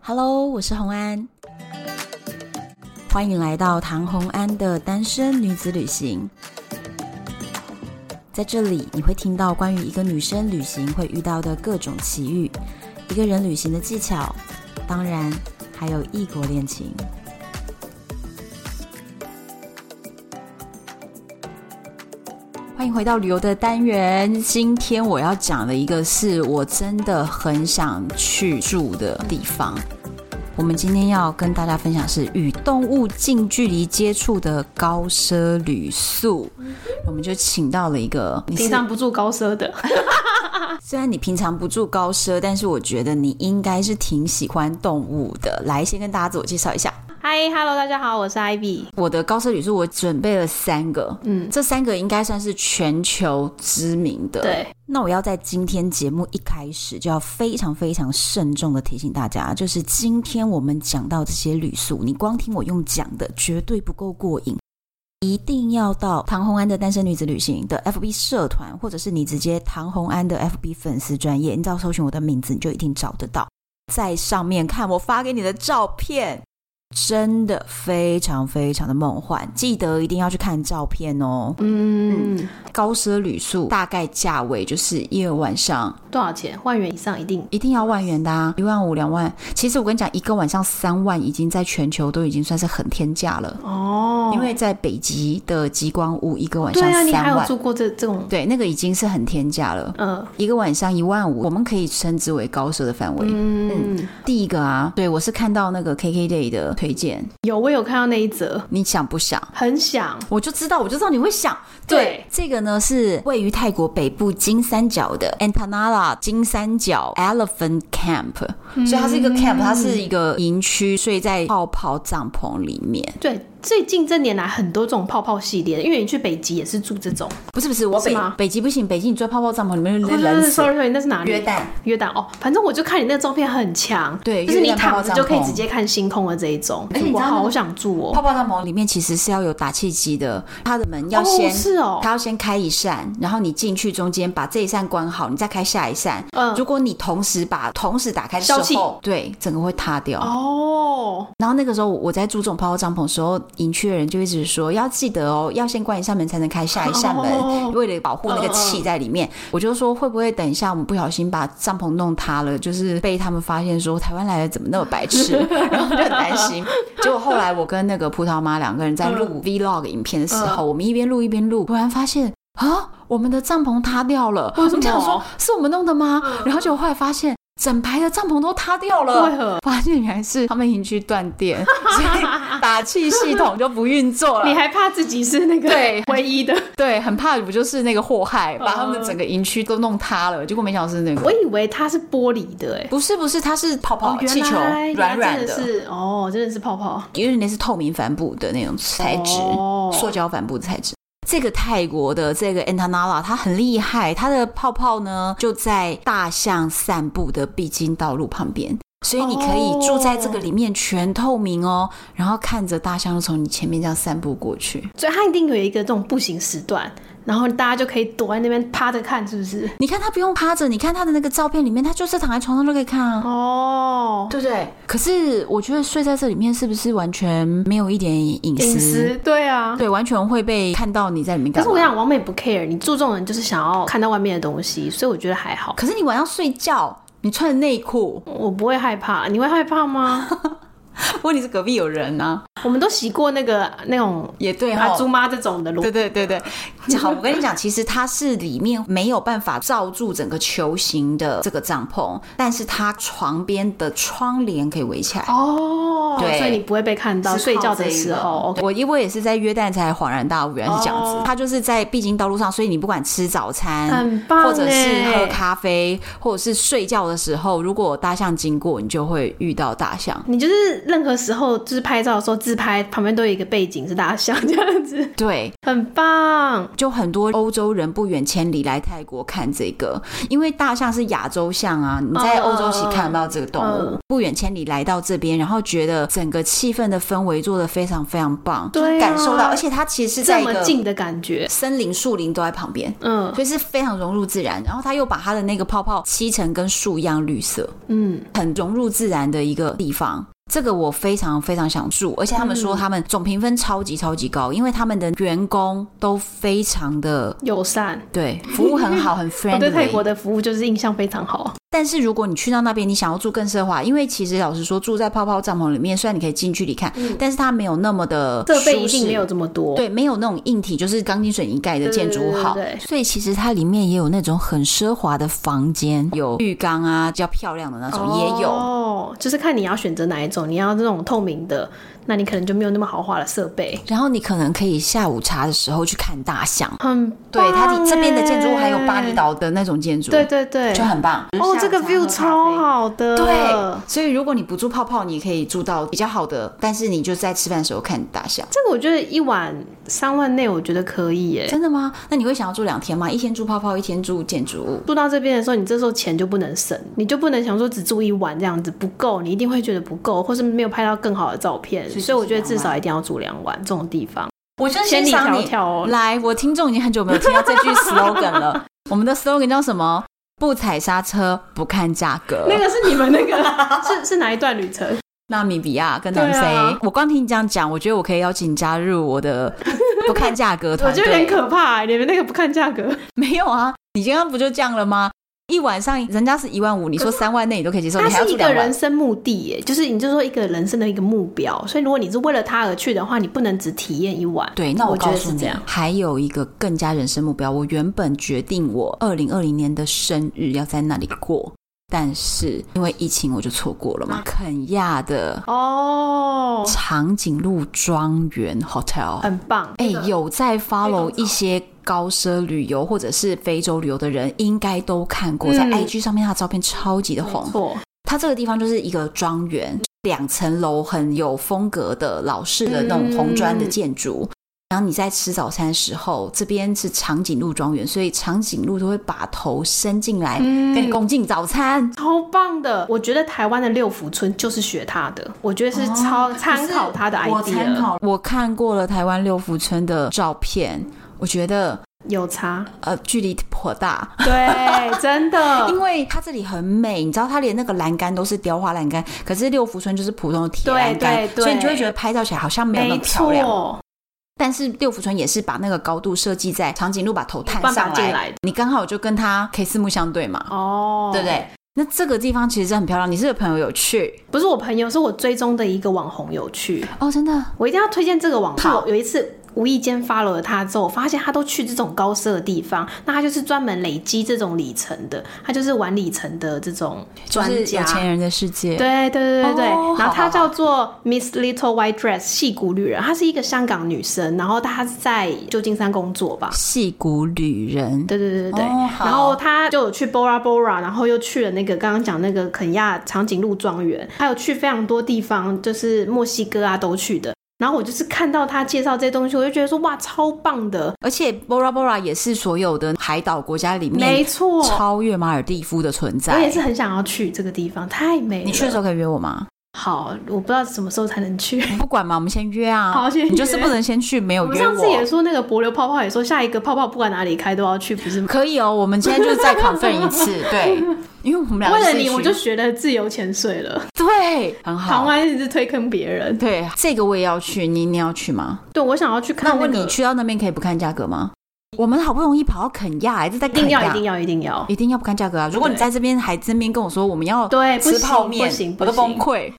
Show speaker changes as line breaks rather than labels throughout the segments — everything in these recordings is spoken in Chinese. Hello，我是红安，欢迎来到唐红安的单身女子旅行。在这里，你会听到关于一个女生旅行会遇到的各种奇遇，一个人旅行的技巧，当然还有异国恋情。欢迎回到旅游的单元。今天我要讲的一个是我真的很想去住的地方。我们今天要跟大家分享是与动物近距离接触的高奢旅宿。我们就请到了一个，你
平
是
常不住高奢 的，
虽然你平常不住高奢，但是我觉得你应该是挺喜欢动物的。来，先跟大家自我介绍一下。
嗨，Hello，大家好，我是 Ivy。
我的高奢旅宿我准备了三个，嗯，这三个应该算是全球知名的。，
对，
那我要在今天节目一开始就要非常非常慎重的提醒大家，就是今天我们讲到这些旅宿，你光听我用讲的绝对不够过瘾。一定要到唐红安的单身女子旅行的 FB 社团，或者是你直接唐红安的 FB 粉丝专业，你只要搜寻我的名字，你就一定找得到。在上面看我发给你的照片，真的非常非常的梦幻，记得一定要去看照片哦。
嗯，
高奢旅宿大概价位就是一个晚上
多少钱？万元以上一定。
一定要万元的、啊，一万五两万。其实我跟你讲，一个晚上三万已经在全球都已经算是很天价了，
哦
因为在北极的极光屋一个晚
对
上
啊，你还
三
有
万，
住过这这种，
对，那个已经是很天价了。
呃，
一个晚上一万五，我们可以称之为高奢的范围。
嗯，
第一个啊，对我是看到那个 KKday 的推荐，
有，我有看到那一则，
你想不想？
很想，
我就知道，我就知道你会想。
对
这个呢是位于泰国北部金三角的 Antanala 金三角 Elephant Camp，、所以
嗯
它是一个 camp，它是一个营区，睡在泡泡帐篷里面。
对，最近这年来很多这种泡泡系列，因为你去北极也是住这种，哦
不是不是，我
是
北
吗
北极不行，北极你住在泡泡帐篷里面会冷死。
sorry sorry，那是哪里？
约旦，
约旦哦，反正我就看你那照片很强，
对
就是你
约旦泡泡
躺着就可以
帐篷
直接看星空的哎这一种
而且你，知
我
道那个
好想住哦
泡，泡帐篷里面其实是要有打气机的，它的门要先
哦，是哦，
它要先开一扇，然后你进去中间把这一扇关好，你再开下一扇。
嗯
如果你同时把同时打开的时
消气
候，对，整个会塌掉。
哦，
然后那个时候我在住这种泡泡帐篷的时候，营区的人就一直说要记得哦，要先关一扇门才能开下一扇门，
哦
为了保护那个气在里面。我就说会不会等一下我们不小心把帐篷弄塌了，就是被他们发现说台湾来的怎么那么白痴， 然后我就很担心。结果后来我跟那个葡萄妈两个人在录 vlog 影片的时候，我们一边录一边录，突然发现。啊！我们的帐篷塌掉了，
为什
我们
么嗯
想说是我们弄的吗？然后结果后来发现整排的帐篷都塌掉了，
为何？
发现原来是他们营区断 电，所以打气系统就不运作
你
了。
还怕自己是那个
对
唯一的？
对，很怕不就是那个祸害，把他们整个营区都弄塌了。结果没想到是那
呃我
个，
以为它是玻璃的哎、
不是不是，它是泡泡、
哦原来
气球，软软
它真的
的，
是哦，真的是泡泡
有点类似透明帆布的那种材质，
哦
塑胶帆布的材质。这个泰国的这个 Antanala 它很厉害，它的泡泡呢就在大象散步的必经道路旁边，所以你可以住在这个里面全透明哦，然后看着大象就从你前面这样散步过去。
所以它一定有一个这种步行时段，然后大家就可以躲在那边趴着看，是不是？
你看它不用趴着，你看它的那个照片里面，它就是躺在床上就可以看啊。
哦，
对不对？可是我觉得睡在这里面是不是完全没有一点隐私？
饮食对啊。
对，完全会被看到你在里面
可
干嘛。
是我跟你讲，王美不 care，你注重的就是想要看到外面的东西，所以我觉得还好，
可是你晚上睡觉，你穿着内裤，
我不会害怕。你会害怕吗？
问题是隔壁有人啊，
我们都洗过那个那种
也对
阿
哈
朱。妈这种的
对
裸，
对对对，好，我跟你讲，其实它是里面没有办法罩住整个球形的这个帐篷，但是它床边的窗帘可以围起来。
哦，
对
所以你不会被看到睡觉的时候。OK，
我因为也是在约旦才恍然大悟，原来是这样子。
哦
它就是在必经道路上，所以你不管吃早餐，
很棒
或者是
欸
喝咖啡，或者是睡觉的时候，如果有大象经过，你就会遇到大象。
你就是任何时候就是拍照的时候，只自拍旁边都有一个背景是大象这样子，
对，
很棒。
就很多欧洲人不远千里来泰国看这个，因为大象是亚洲象啊，你在欧洲其实看不到这个动物，
嗯嗯
不远千里来到这边，然后觉得整个气氛的氛围做得非常非常棒，
对啊
就是感受到，而且它其实是在一
这么
个
近的感觉，
森林、树林都在旁边。
嗯
所以是非常融入自然，然后它又把它的那个泡泡漆成跟树一样绿色，
嗯，
很融入自然的一个地方。这个我非常非常想住，而且他们说
嗯
他们总评分超级超级高，因为他们的员工都非常的
友善。
对，服务很好， 很
我哦对泰国
friendly。
的服务就是印象非常好，
但是如果你去到那边，你想要住更奢华，因为其实老实说，住在泡泡帐篷里面，虽然你可以近距离看，但是它没有那么的
嗯设备
舒
一定
适
没有这么多。
对，没有那种硬体，就是钢筋水泥盖的建筑物好。
对对对对
所以其实它里面也有那种很奢华的房间，有浴缸啊，比较漂亮的那种、也有。
哦，就是看你要选择哪一种，你要那种透明的，那你可能就没有那么豪华的设备。
然后你可能可以下午茶的时候去看大象。
很
对，它
棒
这边的建筑物
耶
还有巴厘，岛的那种建筑，
对对对，
就很棒。
哦，这个 view 超好的，
对，所以如果你不住泡泡，你可以住到比较好的，但是你就在吃饭的时候看大象。
这个我觉得一晚三万内，我觉得可以耶。
真的吗？那你会想要住两天吗？一天住泡泡，一天住建筑物。
住到这边的时候，你这时候钱就不能省，你就不能想说只住一晚这样子不够，你一定会觉得不够，或是没有拍到更好的照片。
所以
所以我觉得
就是
至
两晚
少一定要住两晚这种地方，
我就
千里迢迢哦。
来，我听众已经很久没有听到这句 slogan 了。我们的 slogan 叫什么？不踩刹车，不看价格。
那个是你们那个是是哪一段旅程？
纳米比亚跟南非，
对啊
我光听你这样讲，我觉得我可以邀请你加入我的 不看价格
我
团
觉得有点
队。
可怕、欸你们那个不看价格，
没有啊，你刚刚不就这样了吗？一晚上人家是一万五，你说三万内你都可以接受，
它
你还要
是
住
一个
两
人
万。
生目的耶，就是你就说一个人生的一个目标，所以如果你是为了它而去的话，你不能只体验一晚。
对，那我
我觉
告
得
诉
是
你
这样，。
还有一个更加人生目标。我原本决定我二零二零年的生日要在那里过，但是因为疫情我就错过了
嗯
嘛。肯亚的
哦，
长颈鹿庄园 Hotel，
很棒。
哎、有在 follow
嗯非常早
一些高奢旅游或者是非洲旅游的人，应该都看过，
嗯
在 IG 上面它的照片超级的
没
红。
错，
它这个地方就是一个庄园，两层楼很有风格的老式的那种红砖的建筑。
嗯
然后你在吃早餐的时候，这边是长颈鹿庄园，所以长颈鹿都会把头伸进来
嗯
跟你共进早餐。
超棒的。我觉得台湾的六福村就是学它的，我觉得是超参考它的 idea，
哦我看过了台湾六福村的照片，我觉得
有差。
呃距离颇大，
对，真的
因。为它这里很美，你知道它连那个栏杆都是雕花栏杆，可是六福村就是普通的铁栏杆，
对对对
所以你就会觉得拍照起来好像没有那
没
么漂亮。
错，
但是六福村也是把那个高度设计在长颈鹿把头探
办
上
法进
来，
来的
你刚好就跟它可以四目相对嘛，
哦，
对不？对？那这个地方其实很漂亮，你是不是朋友有去
不是我朋友，是我追踪的一个网红有去，
哦，真的
我一定要推荐这个网红。
好
有一次无意间 follow 了他之后，我发现他都去这种高奢的地方，那他就是专门累积这种里程的，他就是玩里程的这种专
就是
家。
有钱人的世界，
对对对对对，
哦
然
好
后
好
她
好
叫做 Miss Little White Dress 戏骨女人，她是一个香港女生，然后她是在旧金山工作吧。
戏骨旅人，
对对对对对，
哦好
然后她就有去 Bora Bora，然后又去了那个刚刚讲那个肯亚长颈鹿庄园，还有去非常多地方，就是墨西哥啊都去的。然后我就是看到她介绍这些东西，我就觉得说哇，超棒的，
而且 Bora Bora 也是所有的海岛国家里
没
面
错，
超越马尔蒂夫的存
我也
在。
是很想要去这个地方，太美了。
你去的时候可以约我吗？
好，我不知道什么时候才能去。
不管嘛，我们先约啊。
好先约
你就是不能先去，没有
我们
约
上次也
我。
说那个柏流泡泡也说下一个泡泡不管哪里开都要去，不是 吗？
可以哦，我们今天就是再 confirm 一次， 对，因为我们俩
为了
是
你，
去
我就学了自由潜水了。
对，很
台
好。
湾一直推坑别人，
对，这个我也要去，你你要去吗？
对我想要去
那
看、
我
那
问
个
你，去到那边可以不看价格吗？我们好不容易跑到肯亚，还是在
一定
肯亚，
要一定要一定要，
一定要不看价格啊！如果你
对
在这边还这边跟我说我们要
对，不
吃
行
泡面
不行，，
我
不
都崩
行。
溃。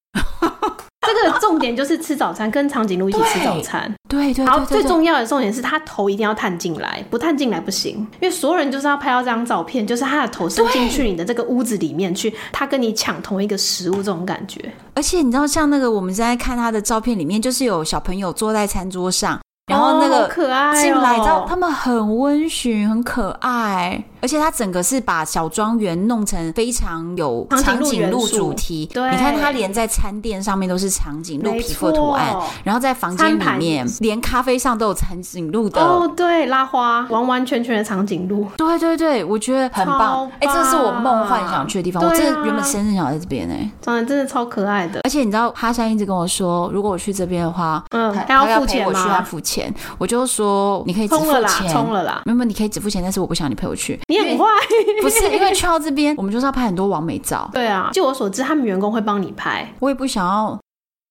这个重点就是吃早餐，跟长颈鹿一起吃
对
早餐。
对对
然后
对，
最
对对
重要的重点是，他头一定要探进来，不探进来不行，因为所有人就是要拍到这张照片，就是他的头伸进去你的这个屋子里面去，他跟你抢同一个食物这种感觉。
而且你知道，像那个我们在看他的照片里面，就是有小朋友坐在餐桌上，然后那
哦好
个
可爱、哦，
进来，你知道他们很温驯，很可爱。而且它整个是把小庄园弄成非常有
长
长
颈
颈
鹿元
鹿
素
主题。
对
你看它连在餐垫上面都是长颈鹿
没
皮肤的图案
错，
然后在房间
餐
里
盘
面连咖啡上都有长颈鹿的。
哦，对，拉花，完完全全的长颈鹿，
对对对，我觉得很棒
超。
哎、这是我梦幻
棒
想去的地方。
对啊
我真的原本生日想在这边哎、
长得真的超可爱的。
而且你知道，哈山一直跟我说，如果我去这边的话，
嗯，
他
还
他
付
陪
钱
我去，他
吗？
付钱。我就说你可以只
充
付
了啦，
钱，
充了啦。
没有，没有你可以只付钱，但是我不想你陪我去。
你很坏，
不是因为去到这边，我们就是要拍很多完美照，
对啊。据我所知，他们员工会帮你拍。
我也不想要。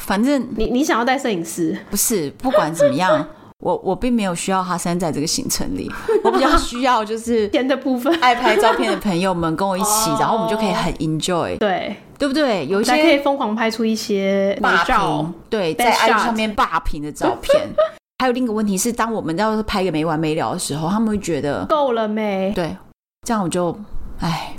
反正
你你想要带摄影师，
不是，不管怎么样， 我我并没有需要哈山在这个行程里，我比较需要 就是
钱的部分，
爱拍照片的朋友们跟我一起，然后我们就可以很 enjoy，
对，
对不对？有一
才可
些
以疯狂拍出一些美
霸
照
屏。，对，
Best
在 IG
shot
上面霸屏的照片。 还有另一个问题是，当我们要是拍个没完没了的时候，他们会觉得
够了没？
对，这样我就，哎，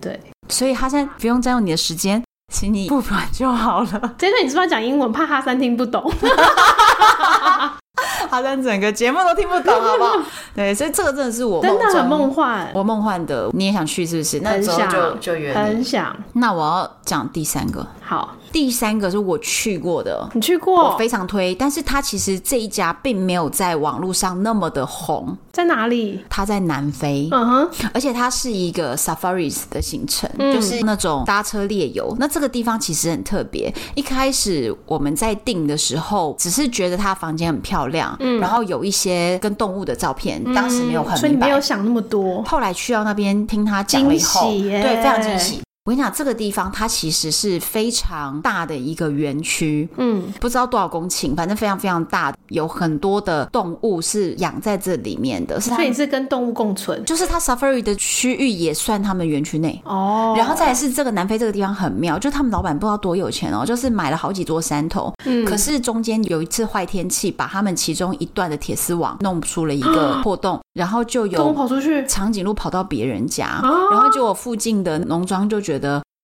对，
所以哈山不用占用你的时间，请你付款就好了。
啊这一段你是不是要讲英文？怕哈三听不懂。
哈山整个节目都听不懂，好不好？对，所以这个真的是我
真的很
梦中
梦幻，
我梦幻的，你也想去是不是？那
很
之后
想
就就约
很
你。
想。
那我要讲第三个，
好，
第三个是我去过的，
你去
我
过
非常推，但是它其实这一家并没有在网络上那么的红，
在哪里？
它在南非，
嗯 哼，
而且它是一个 safaris 的行程，
嗯
就是那种搭车猎游。那这个地方其实很特别。一开始我们在订的时候，只是觉得它房间很漂亮，然后有一些跟动物的照片，当时没有
嗯所
很
以你
明
没有
白。
想那么多。
后来去到那边听他讲了以后，
惊喜耶
对，非常惊喜。我跟你讲，这个地方它其实是非常大的一个园区，
嗯，
不知道多少公顷，反正非常非常大，有很多的动物是养在这里面的，是它
所以你是跟动物共存
就是它 safari 的区域也算他们园区内。
哦。
然后再来是这个南非这个地方很妙，就他们老板不知道多有钱哦，就是买了好几座山头，
嗯
可是中间有一次坏天气，把他们其中一段的铁丝网弄出了一个破洞，然后就
动物
有
跑出去，
长颈鹿跑到别人家，
啊
然后结果附近的农庄就觉得。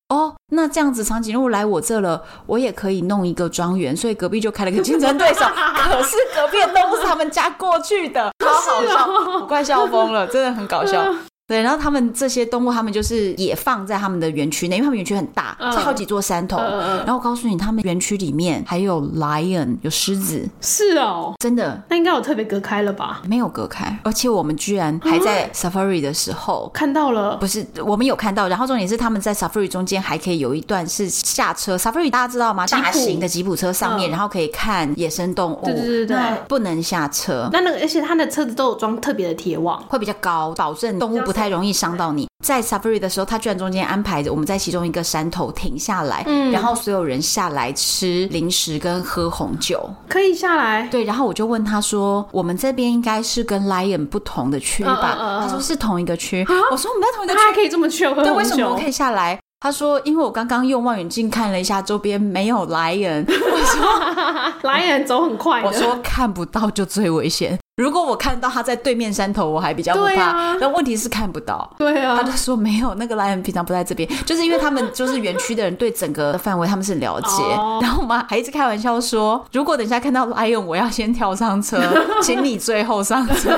哦，那这样子长颈鹿来我这了，我也可以弄一个庄园，所以隔壁就开了个竞争 对手。可是隔壁的动物是他们家过去的，超好笑，
哦
我快笑疯了，真的很搞
嗯
笑。对，然后他们这些动物，他们就是也放在他们的园区内，因为他们园区很大，
嗯
是好几座山头。
嗯嗯嗯
然后我告诉你，他们园区里面还有 lion，有狮子，
是哦，
真的
那应该有特别隔开了吧？
没有隔开。而且我们居然还
啊
在 safari 的时候
看到了，
不是，我们有看到。然后重点是他们在 Safari 中间还可以有一段是下车，Safari 大家知道吗？
吉普
大型的吉普车上面，
嗯
然后可以看野生动物。
对对对对
那不能下车，
那那个，而且它的车子都有装特别的铁网，
会比较高，保证动物不太容易伤到你。在 Safari 的时候，他居然中间安排着我们在其中一个山头停下来，
嗯
然后所有人下来吃零食跟喝红酒。
可以下来。
对，然后我就问他说：“我们这边应该是跟 Lion 不同的区吧？”
嗯嗯嗯嗯啊
他说：“是同一个区。我说：“我们在同一个区
它还可以这么去喝
对，
红
为什么
酒
我可，以下来？他说，因为我刚刚用望远镜看了一下周边没有来 人，
来人走很快的。
我说看不到就最危险。如果我看到他在对面山头，我还比较不
对
怕
啊。
但问题是看不到。
对
他
啊
就，说没有，那个来人平常不在这边，就是因为他 们就是园区的人对整个范围他们是了解。
哦
然后我们还一直开玩笑说，如果等一下看到来人，我要先跳上 车，请你最后上车。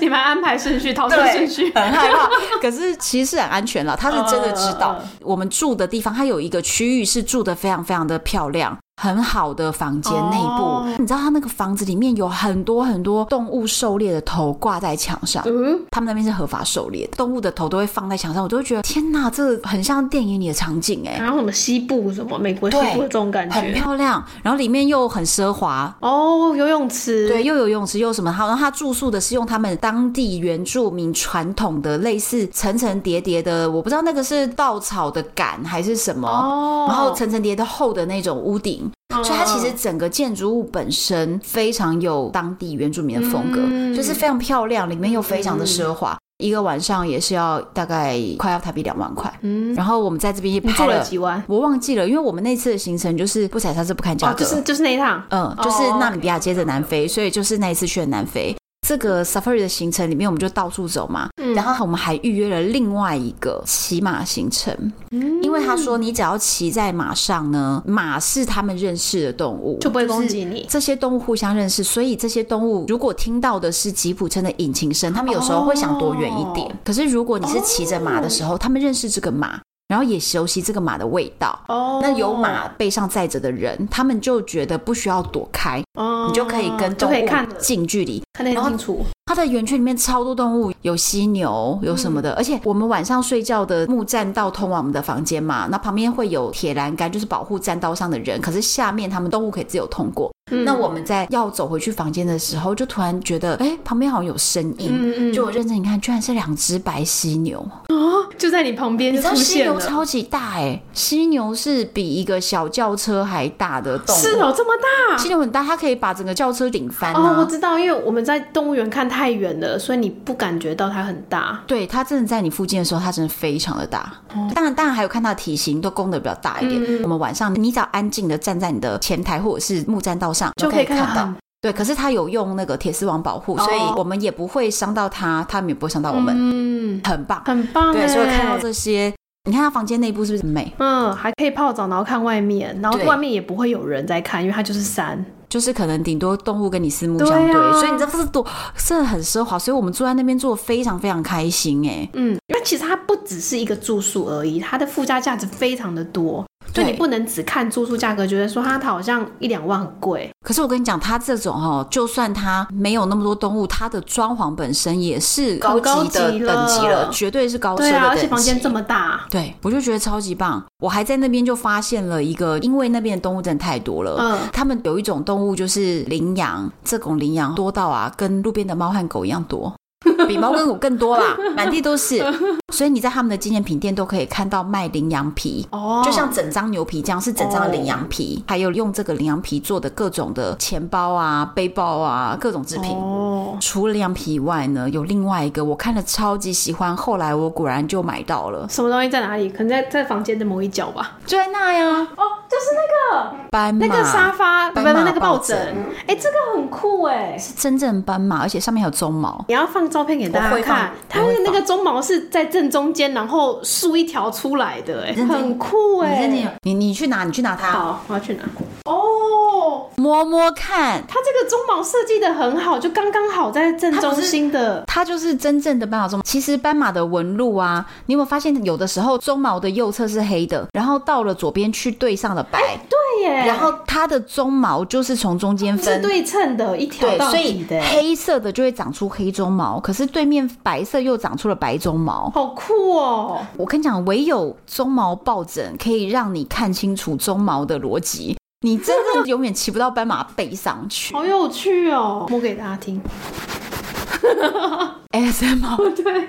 你们安排顺序，逃生
对
顺序。
很害怕。 可是其实是很安全了，他是真的知道
嗯嗯嗯
我们住的地方，它有一个区域是住的非常非常的漂亮。很好的房间内部，
哦
你知道他那个房子里面有很多很多动物狩猎的头挂在墙上，
嗯，
他们那边是合法狩猎的，动物的头都会放在墙上，我就会觉得天哪，这很像电影里的场景哎、
然后什么西部什么美国西部的这种感
很
觉。
漂亮，然后里面又很奢华，
哦，游泳池，
对，又有游泳池，又有什么好？然后他住宿的是用他们当地原住民传统的类似层层叠叠的，我不知道那个是稻草的杆还是什么，
哦，
然后层层叠叠厚的那种屋顶，
嗯，
所以它其实整个建筑物本身非常有当地原住民的风格，
嗯
就是非常漂亮，里面又非常的奢华。一个晚上也是要大概快要台币两万块，
嗯，
然后我们在这边也
你
拍
做了
了，
几万？
我忘记了，因为我们那次的行程就是不踩刹车不看价
哦，
格，
就是就是那一趟，
嗯，就是
哦
纳米比亚接着南非，所以就是那一次去了南非。这个 safari 的行程里面，我们就到处走嘛。
嗯
然后我们还预约了另外一个骑马行程，
嗯
因为他说你只要骑在马上呢，马是他们认识的动物，
就不会攻
是
击你。
这些动物互相认识，所以这些动物如果听到的是吉普车的引擎声，他们有时候会想躲远一点。
哦
可是如果你是骑着马的时候，他们认识这个马，然后也熟悉这个马的味道。
哦
那有马，背上载着的人，他们就觉得不需要躲开，
哦
你就可以跟
就
动
可以
物
看得
近距离。
看得很清楚。
它的园区里面超多动物，有犀牛，有什么
嗯
的。而且我们晚上睡觉的木栈道通往我们的房间嘛，那旁边会有铁栏杆，就是保护栈道上的人。可是下面他们动物可以自由通过。
嗯
那我们在要走回去房间的时候，就突然觉得，哎、旁边好像有声音。
嗯嗯，
就我认真一看，居然是两只白犀牛。
就在你旁边
你
就
知道
出
犀
现
牛
了，
超级大哎、犀牛是比一个小轿车还大的动物。
是哦，这么大
犀牛很大，它可以把整个轿车顶翻、啊。
哦，我知道，因为我们在动物园看太远了，所以你不感觉到它很大。
对它真的在你附近的时候，它真的非常的大。
哦
当然，当然还有看它的体型都弓得比较大
嗯
一点。我们晚上你只要安静的站在你的前台或者是木栈道上，
就
可
可
以
以看到
看到
很。
对，可是它有用那个铁丝网保护，所以
哦
我们也不会伤到它，它们也不会伤到我们，
嗯，
很棒。
很棒
对，
哎
所以看到这些，你看它房间内部是不是很美？
嗯，还可以泡澡，然后看外面，然后
对
外面也不会有人在看，因为它就是山。
就是可能顶多动物跟你四目相对，
对啊
所以你这不是多是很奢华，所以我们住在那边住的非常非常开心哎、
嗯，那其实它不只是一个住宿而已，它的附加价值非常的多，所
对
以你不能只看住宿价格，觉得说它它好像一两万很贵。
可是我跟你讲，它这种哦，就算它没有那么多动物，它的装潢本身也是
高
高级的
高级了
等级了，绝对是高奢
对
的
啊，
等
而
级。
且房间这么大，
对，我就觉得超级棒。我还在那边就发现了一个，因为那边的动物真的太多了。
嗯
他们有一种动物就是羚羊，这种羚羊多到啊，跟路边的猫和狗一样多，比猫跟狗更多啦，满地都是。所以你在他们的纪念品店都可以看到卖羚羊皮。
哦，
就像整张牛皮这样，是整张的羚羊皮，还有用这个羚羊皮做的各种的钱包啊、背包啊、各种制品。
哦，
除了羚羊皮以外呢，有另外一个我看了超级喜欢，后来我果然就买到了，
什么东西在哪里？可能在在房间的某一角吧。
就在那呀，
哦，就是那个
斑马，
那个沙发，不
斑
不，
马
那个抱
抱枕
枕。哎、这个很酷哎、
是真正斑马，而且上面还有鬃毛，
你要放照片给大
我
家
会放
看，它
我会
的
放
那个鬃毛是在正中间，然后竖一条出来的、哎，
真的
很酷哎、
你真的你你去拿，你去拿它
好，我要去拿。哦，
摸摸看，
它这个鬃毛设计的很好，就刚刚好在正中心的。
它就是真正的斑马鬃毛。其实斑马的纹路啊，你有没有发现，有的时候鬃毛的右侧是黑的，然后到了左边去对上了白，
哎对耶，
然后它的鬃毛就是从中间
是
分。
对称的，一条
对，
到
所
底
以
的、哎
黑色的就会长出黑鬃毛，可是对面白色又长出了白鬃毛。
好酷哦！
我跟你讲，唯有鬃毛抱枕可以让你看清楚鬃毛的逻辑，你真的永远骑不到斑马背上去。
好有趣哦，摸给大家听。
ASMR，
对，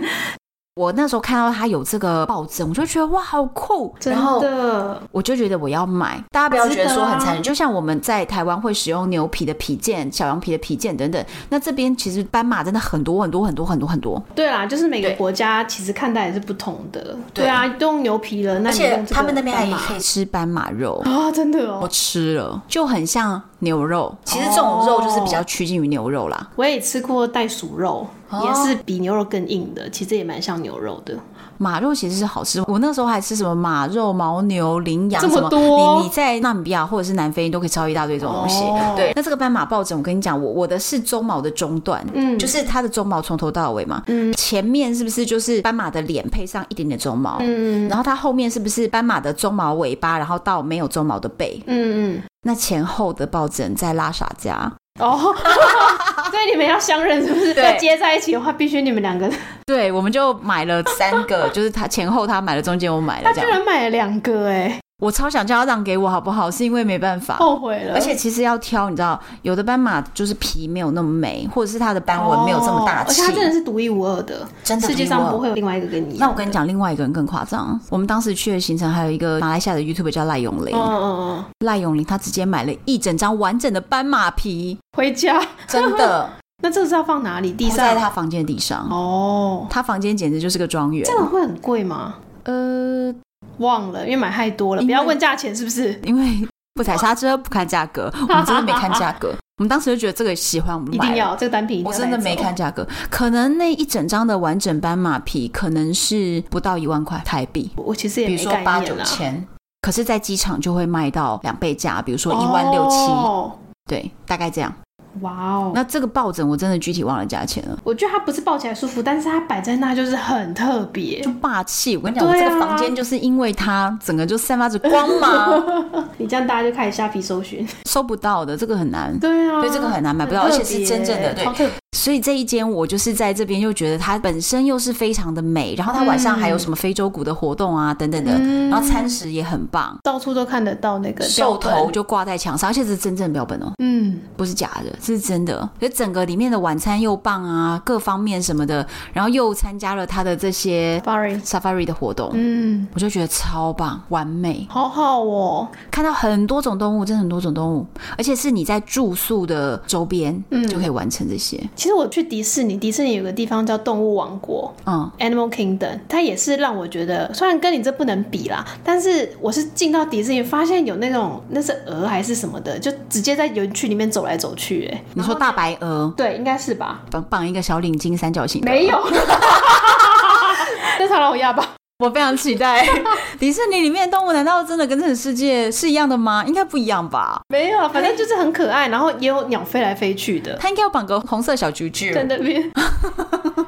我那时候看到它有这个抱枕，我就觉得哇，好酷，
真
然后
的，
我就觉得我要买。大家不要觉得说很残忍，就像我们在台湾会使用牛皮的皮件、小羊皮的皮件等等，那这边其实斑马真的很多很多很多很多很多。
对啦，就是每个
对
国家其实看待也是不同的。
对
对啊，都用牛皮了，那
而
你
且
用这个
他们那边还
干嘛
可以吃斑马肉，
啊，真的
我
哦，
吃了就很像牛肉。哦其实这种肉就是比较趋近于牛肉啦。
我也吃过袋鼠肉，
哦
也是比牛肉更硬的，其实也蛮像牛肉的。
马肉其实是好吃，我那时候还吃什么马肉、牦牛、羚羊
这么
什么，
多
你你在纳米比亚或者是南非你都可以吃到一大堆这种东西。
哦
对，那这个斑马抱枕，我跟你讲，我我的是鬃毛的中段，
嗯
就是它的鬃毛从头到尾嘛，嗯，前面是不是就是斑马的脸配上一点点鬃毛？
嗯
然后它后面是不是斑马的鬃毛尾巴，然后到没有鬃毛的背？
嗯嗯，
那前后的抱枕在拉萨家，
哦，所以你们要相认是不是？
对
要接在一起的话，必须你们两个。
对，我们就买 了三个，就是他前后他买了，中间我买了
他
这
居
样。
然买了两个、哎，
我超想叫他让给我好不好？是因为没办法，
后悔了。
而且其实要挑，你知道，有的斑马就是皮没有那么美，或者是它的斑纹没有这么大
哦而
气
且，它真的是独一无二的，
真的
世界
独一无
上
二
不会有另外一个跟你一样的。
那我跟你讲，另外一个人更夸张。我们当时去的行程还有一个马来西亚的 YouTube 叫赖永林，
嗯，嗯嗯嗯，
赖永林他直接买了一整张完整的斑马皮，
回家。
真 的
那这个是要放哪里？地
铺在
上？
他房间的地上。
哦，
他房间简直就是个庄园
这。个会很贵吗？
呃，
忘了，因为买太多了，
因
不
为
要问价钱是不是？
因为不踩刹车不看价格，我们真的没看价格。我们当时就觉得这个喜欢，我们
一
买
定
了
要这个单品一定
我
要
真的
带
没
走
看价格，可能那一整张的完整斑马皮可能是不到一万块台币，
我其实也
比
没
如说
概
八九
念啊啦。
千，可是，在机场就会卖到两倍价，比如说一万六七，
哦
对，大概这样。
哇哦！
那这个抱枕我真的具体忘了价钱了，
我觉得它不是抱起来舒服，但是它摆在那就是很特别
就。霸气。我跟你讲，我
对
这
啊
个房间就是因为它整个就散发着光芒，
你这样大家就开始虾皮 搜寻。
收不到的，这个很难。
对啊，
对这个很难买不到
很特
而且是真正的
别
对
超特别
所以这一间我就是在这边又觉得它本身又是非常的美，然后它晚上还有什么非洲鼓的活动啊等等的，
嗯
然后餐食也很棒。
到处都看得到那个
兽
标本
头。就挂在墙上，而且是真正标本哦，
嗯，
不是假的，是真的。所以整个里面的晚餐又棒啊，各方面什么的，然后又参加了他的这些
b a r r y
safari 的活动，
嗯，
我就觉得超棒，完美。
好好哦，
看到很多种动物，真的很多种动物，而且是你在住宿的周边，
嗯
就可以完成这些。
其实我去迪士尼，迪士尼有个地方叫动物王国
嗯，
（Animal Kingdom），它也是让我觉得，虽然跟你这不能比啦，但是我是进到迪士尼，发现有那种那是鹅还是什么的，就直接在园区里面走来走去、哎，
你说大白鹅
对，应该是吧？
绑绑一个小领巾，三角形的，
没有， 那长老鸭吧？
我非常期 待。迪士尼里面的动物难道真的跟真实世界是一样的吗？应该不一样吧？
没有，啊反正就是很可爱，然后也有鸟飞来飞去的。
它应该要绑个红色小菊菊。
在那边，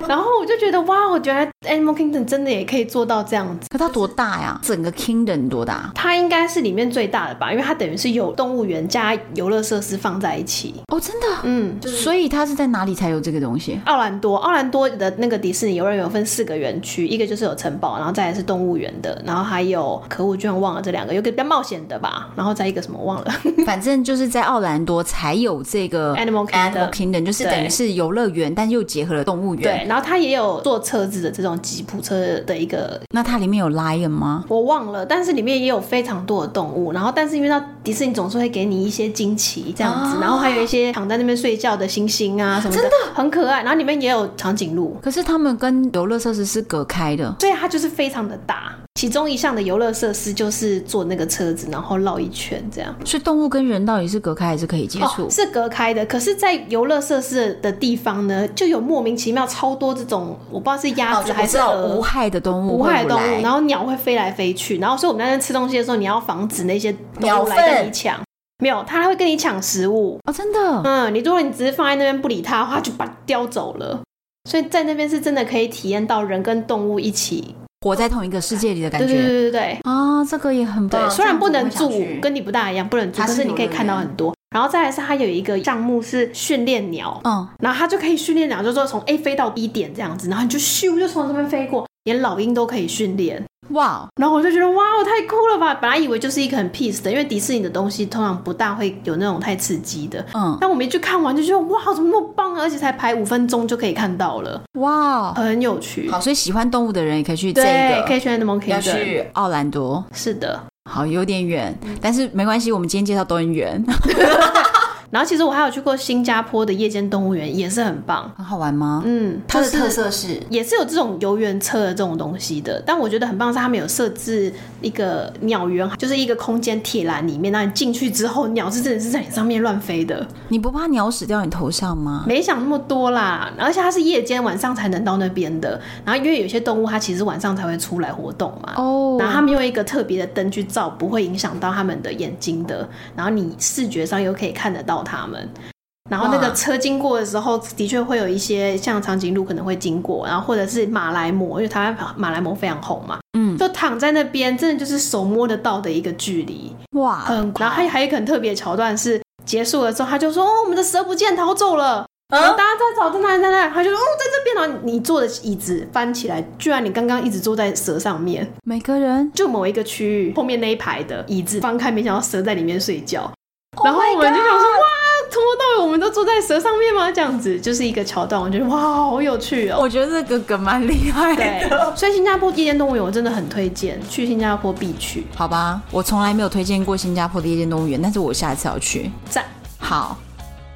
然后我就觉得哇，我觉得 Animal Kingdom 真的也可以做到这样子。
可它多大呀？整个 kingdom 多大？
它应该是里面最大的吧，因为它等于是有动物园加游乐设施放在一起。
哦，真的。
嗯，
所以它是在哪里才有这个东西？
奥兰多，奥兰多的那个迪士尼游乐园有分四个园区，一个就是有城堡，然后再来是动物园的，然后还有可恶，我居然忘了这两个，有个比较冒险的吧，然后再一个什么忘了。
反正就是在奥兰多才有这个
Animal Kingdom
Animal Kingdom，就是等于是游乐园，但又结合了动物园。
对，然后它也有坐车子的这种吉普车的一个
那它里面有 lion 吗？
我忘了，但是里面也有非常多的动物，然后但是因为到迪士尼总是会给你一些惊奇这样
啊
子，然后还有一些躺在那边睡觉的猩猩啊什么的，真的很可爱。然后里面也有长颈鹿，
可是它们跟游乐设施是隔开的。
所以它就是非常的大。其中一项的游乐设施就是坐那个车子，然后绕一圈这样。
所以动物跟人到底是隔开还是可以接触？
哦，是隔开的，可是，在游乐设施的地方呢，就有莫名其妙超多这种，我不知道是鸭子还是
哦我知道
鹅
无害的动物
无
会
害的动
来
物，然后鸟会飞来飞去，然后所以我们在那吃东西的时候，你要防止那些动
鸟
物
粪
来跟你抢。没有，它会跟你抢食物。
哦，真的。
嗯，你如果你只是放在那边不理它的话，它就把它叼走了。所以在那边是真的可以体验到人跟动物一起，
活在同一个世界里的感
对
觉
对对对对
啊，这个也很
对。
棒。
虽然不能
这样子我
住
会想去，
跟你不大一样，不能住，
它
可
是
是你可以
游乐
看到
园
很多。然后再来是它有一个项目是训练鸟，
嗯，
然后它就可以训练鸟，就是说从 A 飞到 B 点这样子，然后你就咻就从这边飞过，连老鹰都可以训练。
哇，
然后我就觉得哇，太酷了吧！本来以为就是一个很 peace 的，因为迪士尼的东西通常不大会有那种太刺激的。
嗯，
但我们一去看完就觉得哇，怎么那么棒啊！而且才排五分钟就可以看到了，
哇，
很有趣。
好，所以喜欢动物的人也可以去这
对
个，，
可以去 Animal
要
Kingdom。
去奥兰多。
是的。
好，有点远，
嗯
但是没关系，我们今天介绍都很远，
然后其实我还有去过新加坡的夜间动物园，也是很棒。
很好玩吗？
嗯，
它的
就是
特色是
也是有这种游园车的这种东西的，但我觉得很棒是他们有设置一个鸟园，就是一个空间铁栏里面，那你进去之后，鸟是真的是在你上面乱飞的。
你不怕鸟屎掉你头上吗？
没想那么多啦，而且它是夜间晚上才能到那边的，然后因为有些动物它其实晚上才会出来活动嘛。
哦
然后他们用一个特别的灯去照，不会影响到他们的眼睛的。然后你视觉上又可以看得到它们。然后那
哇
个车经过的时候，的确会有一些像长颈鹿可能会经过，然后或者是马来貘，因为台湾马来貘非常红嘛，
嗯，
就躺在那边，真的就是手摸得到的一个距离。
哇，
很，然后还还有一个很特别的桥段是，结束了之后他就说：“哦，我们的蛇不见，逃走了。”然后
嗯
大家在找在哪里在哪里，他就说：“哦，在这边。”然后你坐的椅子翻起来，居然你刚刚一直坐在蛇上面，
每个人，
就某一个区域后面那一排的椅子翻开，没想到蛇在里面睡觉。
Oh
然后
my
我们就想说：“
God
哇，从头到尾我们都坐在蛇上面吗？”这样子就是一个桥段，我觉得哇，好有趣哦。
我觉得这个梗蛮厉害
对
的。，
所以新加坡夜间动物园我真的很推荐，去新加坡必去，
好吧，我从来没有推荐过新加坡的夜间动物园，但是我下一次要去。
赞。
好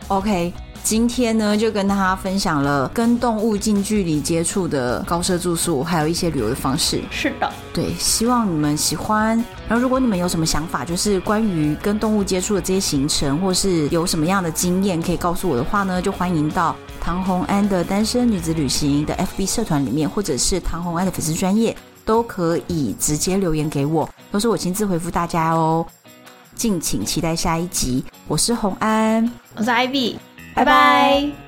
，OK，今天呢，就跟大家分享了跟动物近距离接触的高奢住宿，还有一些旅游的方式。
是的，
对，希望你们喜欢。然后，如果你们有什么想法，就是关于跟动物接触的这些行程，或是有什么样的经验可以告诉我的话呢，就欢迎到唐红安的单身女子旅行的 FB 社团里面，或者是唐红安的粉丝专业，都可以直接留言给我，都是我亲自回复大家哦。敬请期待下一集，我是红安，
我是 Ivy，拜拜。